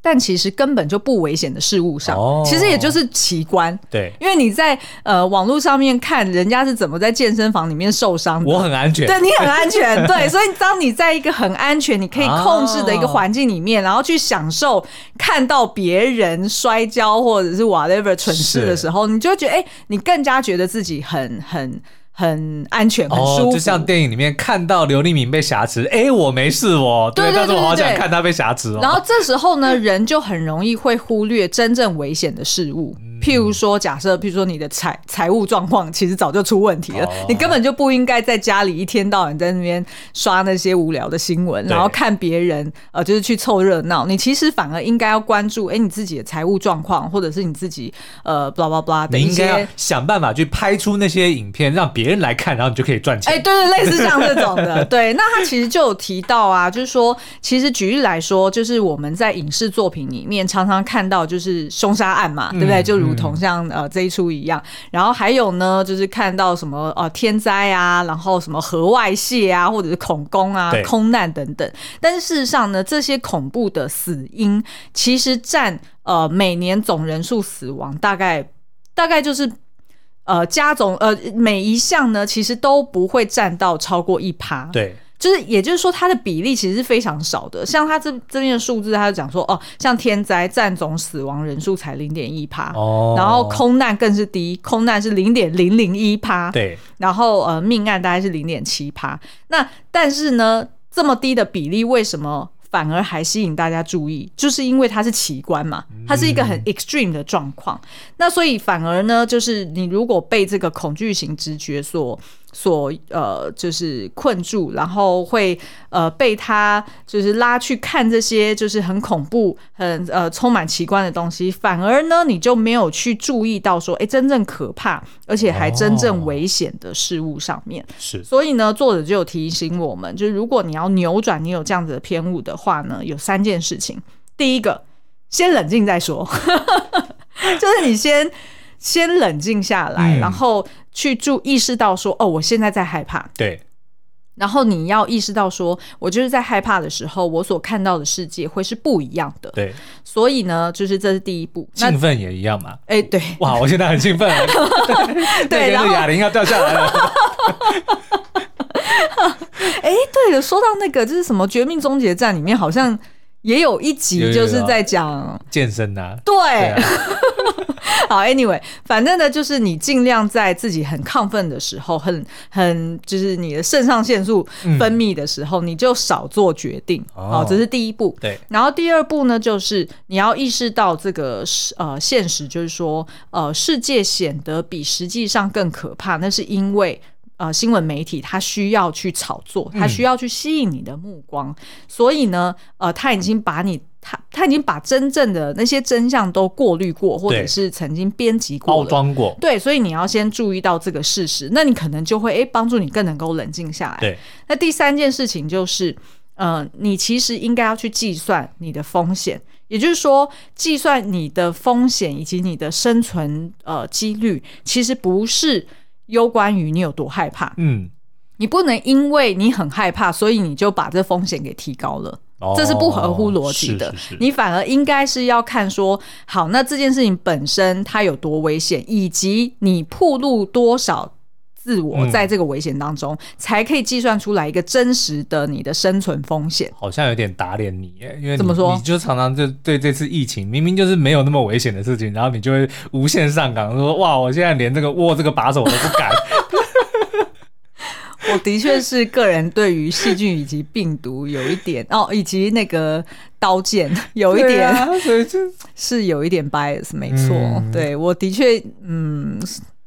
Speaker 2: 但其实根本就不危险的事物上，
Speaker 1: 哦
Speaker 2: 其实也就是奇观，
Speaker 1: 对，
Speaker 2: 因为你在呃网络上面看人家是怎么在健身房里面受伤的，
Speaker 1: 我很安全。
Speaker 2: 对你很安全， 对，所以当你在一个很安全、你可以
Speaker 1: 哦
Speaker 2: 控制的一个环境里面，然后去享受看到别人摔跤或者是 whatever 蠢事的时候，你就会觉得，哎、你更加觉得自己很很很安全、很舒
Speaker 1: 哦，
Speaker 2: 服。
Speaker 1: 就像电影里面看到刘立明被挟持，哎，我没事哦，
Speaker 2: 对对
Speaker 1: 但是我好
Speaker 2: 对对
Speaker 1: 想
Speaker 2: 对
Speaker 1: 看他被挟持哦。
Speaker 2: 然后这时候呢，人就很容易会忽略真正危险的事物，
Speaker 1: 嗯
Speaker 2: 譬如说，假设譬如说你的财财务状况其实早就出问题了，
Speaker 1: 哦
Speaker 2: 你根本就不应该在家里一天到晚在那边刷那些无聊的新闻，
Speaker 1: 对
Speaker 2: 然后看别人呃就是去凑热闹，你其实反而应该要关注哎你自己的财务状况，或者是你自己呃 blah blah blah 的
Speaker 1: 你
Speaker 2: 一
Speaker 1: 应该
Speaker 2: 些
Speaker 1: 要想办法去拍出那些影片，让别人来看，然后你就可以赚钱。
Speaker 2: 哎、对对，类似像这种的，对。那他其实就有提到啊，就是说，其实举例来说，就是我们在影视作品里面常常看到就是凶杀案嘛，对不
Speaker 1: 嗯
Speaker 2: 对？就如同像呃这一出一样，然后还有呢，就是看到什么呃天灾啊，然后什么核外泄啊，或者是恐攻啊
Speaker 1: 对、
Speaker 2: 空难等等。但是事实上呢，这些恐怖的死因其实占呃每年总人数死亡大概大概就是呃加总呃每一项呢，其实都不会占到超过一趴。
Speaker 1: 对，
Speaker 2: 就是也就是说，它的比例其实是非常少的。像它这这边的数字，它就讲说，哦，像天灾占总死亡人数才零点一趴，
Speaker 1: 哦，
Speaker 2: 然后空难更是低，空难是零点零零一趴，
Speaker 1: 对
Speaker 2: 然后呃命案大概是零点七趴。那但是呢？这么低的比例，为什么反而还吸引大家注意？就是因为它是奇观嘛，它是一个很 extreme 的状况。那所以反而呢，就是你如果被这个恐惧型直觉所所呃就是困住，然后会呃被他就是拉去看这些就是很恐怖、很呃充满奇观的东西，反而呢你就没有去注意到说，哎，真正可怕而且还真正
Speaker 1: 哦
Speaker 2: 危险的事物上面。
Speaker 1: 是
Speaker 2: 所以呢，作者就有提醒我们，就是如果你要扭转你有这样子的偏误的话呢，有三件事情。第一个，先冷静再说， 就是你先先冷静下来，
Speaker 1: 嗯
Speaker 2: 然后去注意识到说，哦，我现在在害怕。
Speaker 1: 对，
Speaker 2: 然后你要意识到说，我就是在害怕的时候，我所看到的世界会是不一样的。
Speaker 1: 对，
Speaker 2: 所以呢，就是这是第一步。那
Speaker 1: 兴奋也一样嘛。
Speaker 2: 哎，对，
Speaker 1: 哇，我现在很兴奋，
Speaker 2: 对然
Speaker 1: 那
Speaker 2: 后
Speaker 1: 个哑铃要掉下来了。
Speaker 2: 哎，对了，说到那个，就是什么《绝命终结战》里面好像也有一
Speaker 1: 有
Speaker 2: 集，
Speaker 1: 有
Speaker 2: 就是
Speaker 1: 有
Speaker 2: 在讲。
Speaker 1: 健身呐，
Speaker 2: 对，
Speaker 1: 对啊，
Speaker 2: 好，anyway，反正呢，就是你尽量在自己很亢奋的时候，很很就是你的肾上腺素分泌的时候，你就少做决定。
Speaker 1: 嗯哦
Speaker 2: 哦，这是第一步。
Speaker 1: 对，
Speaker 2: 然后第二步呢，就是你要意识到这个是呃现实，就是说呃世界显得比实际上更可怕，那是因为。呃，新闻媒体它需要去炒作，
Speaker 1: 嗯
Speaker 2: 它需要去吸引你的目光，所以呢，呃，他已经
Speaker 1: 嗯
Speaker 2: 把你，他他已经把真正的那些真相都过滤过，或者
Speaker 1: 对
Speaker 2: 是曾经编辑过
Speaker 1: 包
Speaker 2: 了。
Speaker 1: 装过，
Speaker 2: 对，所以你要先注意到这个事实，那你可能就会诶帮助你更能够冷静下来。
Speaker 1: 对，
Speaker 2: 那第三件事情就是，呃，你其实应该要去计算你的风险，也就是说，计算你的风险以及你的生存呃几率，其实不是攸关于你有多害怕，
Speaker 1: 嗯，
Speaker 2: 你不能因为你很害怕，所以你就把这风险给提高了。
Speaker 1: 哦
Speaker 2: 这是不合乎逻辑的。
Speaker 1: 是是是
Speaker 2: 你反而应该是要看说，好，那这件事情本身它有多危险，以及你暴露多少。自我
Speaker 1: 嗯
Speaker 2: 在这个危险当中，才可以计算出来一个真实的你的生存风险。
Speaker 1: 好像有点打脸你耶，因为你
Speaker 2: 怎么说
Speaker 1: 你就常常就对这次疫情，明明就是没有那么危险的事情，然后你就会无限上岗，说哇，我现在连这个握这个把手我都不敢。
Speaker 2: 我的确是个人对于细菌以及病毒有一点哦， 以及那个刀剑有一
Speaker 1: 对
Speaker 2: 点、
Speaker 1: 啊，所以就是
Speaker 2: 有一点 bias，没错。
Speaker 1: 嗯
Speaker 2: 对我的确，嗯，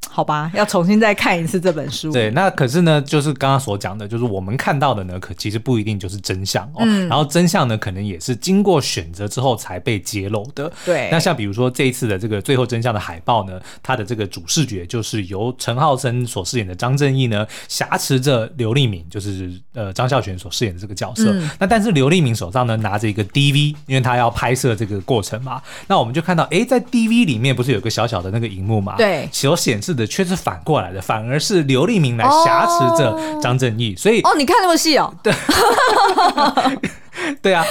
Speaker 2: 好吧，要重新再看一次这本书。
Speaker 1: 对，那可是呢，就是刚刚所讲的，就是我们看到的呢，可其实不一定就是真相哦。
Speaker 2: 嗯
Speaker 1: 然后真相呢，可能也是经过选择之后才被揭露的。
Speaker 2: 对
Speaker 1: 那像比如说这一次的这个《最后真相》的海报呢，它的这个主视觉就是由陈浩森所饰演的张正义呢，挟持着刘立明，就是呃张孝全所饰演的这个角色。
Speaker 2: 嗯
Speaker 1: 那但是刘立明手上呢拿着一个 DV，因为他要拍摄这个过程嘛。那我们就看到，诶，在 DV 里面不是有个小小的那个荧幕嘛？
Speaker 2: 对
Speaker 1: 所显示的却是反过来的，反而是刘立明来挟持着张正义，所以
Speaker 2: 哦，你看那么细哦，
Speaker 1: 对啊，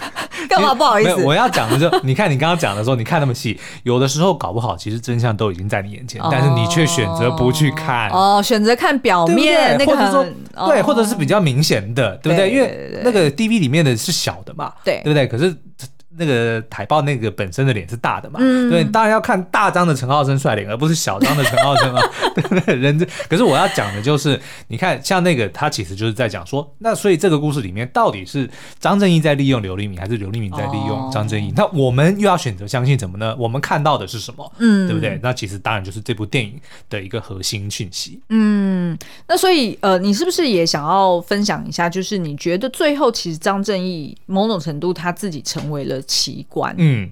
Speaker 2: 干嘛
Speaker 1: 因为
Speaker 2: 不好意
Speaker 1: 没有
Speaker 2: 思
Speaker 1: 我？要讲的就， 你看你刚刚讲的时候，你看那么细，有的时候搞不好其实真相都已经在你眼前，但是你却选择不去看。
Speaker 2: 哦，选择看表
Speaker 1: 对不
Speaker 2: 面
Speaker 1: 哎对？
Speaker 2: 那个
Speaker 1: 或者说
Speaker 2: 很，哦
Speaker 1: 对，或者是比较明显的，对不对？
Speaker 2: 对
Speaker 1: 因
Speaker 2: 对
Speaker 1: 为那个 DV 里面的是小的嘛，
Speaker 2: 对
Speaker 1: 对不对？可是那个海报那个本身的脸是大的嘛，
Speaker 2: 嗯
Speaker 1: 对，当然要看大张的陈浩生帅脸，而不是小张的陈浩 生啊，对不对？人家，可是我要讲的就是，你看像那个他其实就是在讲说，那所以这个故事里面到底是张正义在利用刘立明，还是刘立明在利
Speaker 2: 哦
Speaker 1: 用张正义？那我们又要选择相信什么呢？我们看到的是什么？
Speaker 2: 嗯
Speaker 1: 对不对？那其实当然就是这部电影的一个核心讯息。
Speaker 2: 嗯，那所以呃，你是不是也想要分享一下？就是你觉得最后其实张正义某种程度他自己成为了奇观，
Speaker 1: 嗯，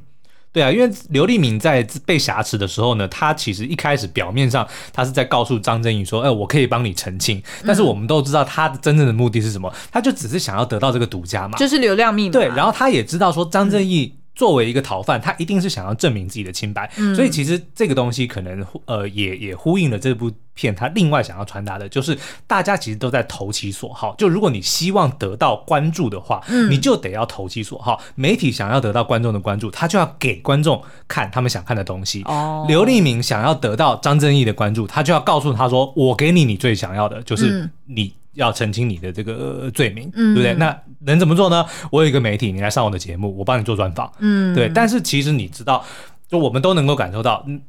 Speaker 1: 对啊，因为刘立敏在被挟持的时候呢，他其实一开始表面上他是在告诉张正义说：“哎、我可以帮你澄清。”但是我们都知道他的真正的目的是什么，他就只是想要得到这个独家嘛。
Speaker 2: 就是流量密码。
Speaker 1: 对，然后他也知道说张正义。作为一个逃犯，他一定是想要证明自己的清白，所以其实这个东西可能呃也也呼应了这部片他另外想要传达的，就是大家其实都在投其所好。就如果你希望得到关注的话，你就得要投其所好。媒体想要得到观众的关注，他就要给观众看他们想看的东西。
Speaker 2: 哦
Speaker 1: 刘立明想要得到张正义的关注，他就要告诉他说：“我给你你最想要的，就是你要澄清你的这个呃罪名，
Speaker 2: 嗯
Speaker 1: 对不对？”那能怎么做呢？我有一个媒体，你来上我的节目，我帮你做专访，
Speaker 2: 嗯，
Speaker 1: 对。但是其实你知道，就我们都能够感受到，嗯，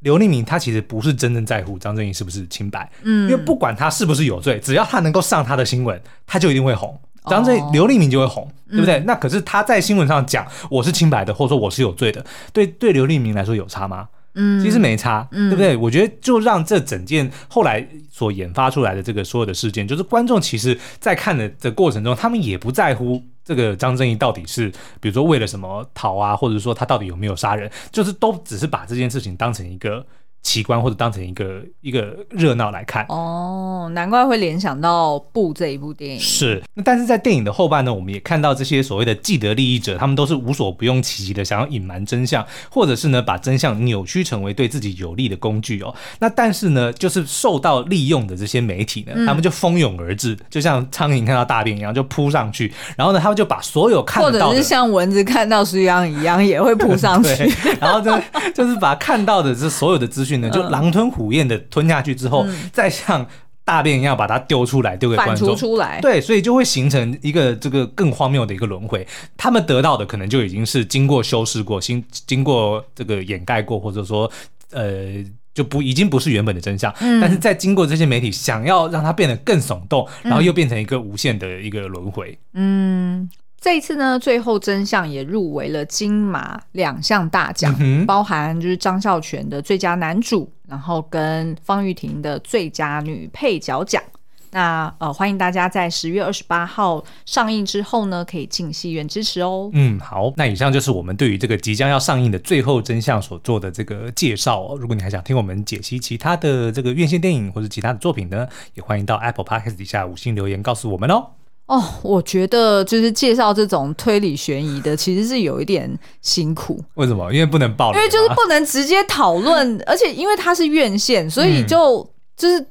Speaker 1: 刘立明他其实不是真正在乎张正义是不是清白，
Speaker 2: 嗯
Speaker 1: 因为不管他是不是有罪，只要他能够上他的新闻，他就一定会红。然后这
Speaker 2: 哦
Speaker 1: 刘立明就会红，对不对？那可是他在新闻上讲我是清白的，或者说我是有罪的，对对，刘立明来说有差吗？
Speaker 2: 嗯，
Speaker 1: 其实没差，
Speaker 2: 嗯
Speaker 1: 对不对？我觉得就让这整件后来所研发出来的这个所有的事件，就是观众其实在看的的过程中，他们也不在乎这个张正义到底是比如说为了什么逃啊，或者说他到底有没有杀人，就是都只是把这件事情当成一个奇观或者当成一个一个热闹来看。
Speaker 2: 哦，难怪会联想到《布》这一部电影。
Speaker 1: 是，那但是在电影的后半呢，我们也看到这些所谓的既得利益者，他们都是无所不用其极的想要隐瞒真相，或者是呢把真相扭曲成为对自己有利的工具哦。那但是呢，就是受到利用的这些媒体
Speaker 2: 嗯
Speaker 1: 呢，他们就蜂拥而至，就像苍蝇看到大便一样，就扑上去，然后呢，他们就把所有看
Speaker 2: 或
Speaker 1: 得到
Speaker 2: 者
Speaker 1: 的
Speaker 2: 是像蚊子看到苏央一样，也会扑上去。
Speaker 1: 对，然后就就是把看到的这所有的资
Speaker 2: 嗯
Speaker 1: 讯呢，就狼吞虎咽的吞下去之后，再像大便一样把它丢出来，丢给观
Speaker 2: 反
Speaker 1: 众
Speaker 2: 刍。出来，
Speaker 1: 对，所以就会形成一个这个更荒谬的一个轮回。他们得到的可能就已经是经过修饰过、经经过这个掩盖过，或者说呃。就不已经不是原本的真相，
Speaker 2: 嗯
Speaker 1: 但是在经过这些媒体想要让它变得更耸动，
Speaker 2: 嗯
Speaker 1: 然后又变成一个无限的一个轮回。
Speaker 2: 这一次呢，最后真相也入围了金马两项大奖，
Speaker 1: 嗯哼
Speaker 2: 包含就是张孝全的最佳男主，然后跟方玉婷的最佳女配角奖。那呃，欢迎大家在十月二十八号上映之后呢，可以进戏院支持哦。
Speaker 1: 嗯，好，那以上就是我们对于这个即将要上映的《最后真相》所做的这个介绍、哦。如果你还想听我们解析其他的这个院线电影或者其他的作品呢，也欢迎到 Apple Podcast 底下五星留言告诉我们哦。
Speaker 2: 哦，我觉得就是介绍这种推理悬疑的，其实是有一点辛苦。
Speaker 1: 为什么？因为不能爆雷
Speaker 2: 因
Speaker 1: 吗，
Speaker 2: 为就是不能直接讨 论，而且因为它是院线，所
Speaker 1: 嗯
Speaker 2: 以就、就是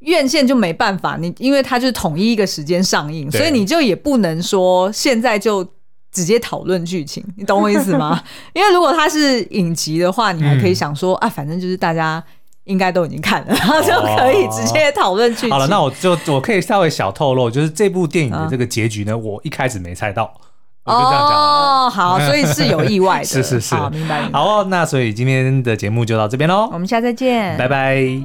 Speaker 2: 院线就没办法，你因为它就是统一一个时间上映，
Speaker 1: 对
Speaker 2: 所以你就也不能说现在就。直接讨论剧情，你懂我意 思吗？因为如果它是影集的话，你还可以想说、啊，反正就是大家应该都已经看了，然 后就可以直接讨论剧情。
Speaker 1: 哦好了，那我就我可以稍微小透露，就是这部电影的这个结局呢，我一开始没猜到，我就这样讲好了。
Speaker 2: 哦，好，所以是有意外 的，
Speaker 1: 是是是
Speaker 2: 好，明白。明白
Speaker 1: 好哦，那所以今天的节目就到这边喽
Speaker 2: 我，们下次再见，
Speaker 1: 拜拜。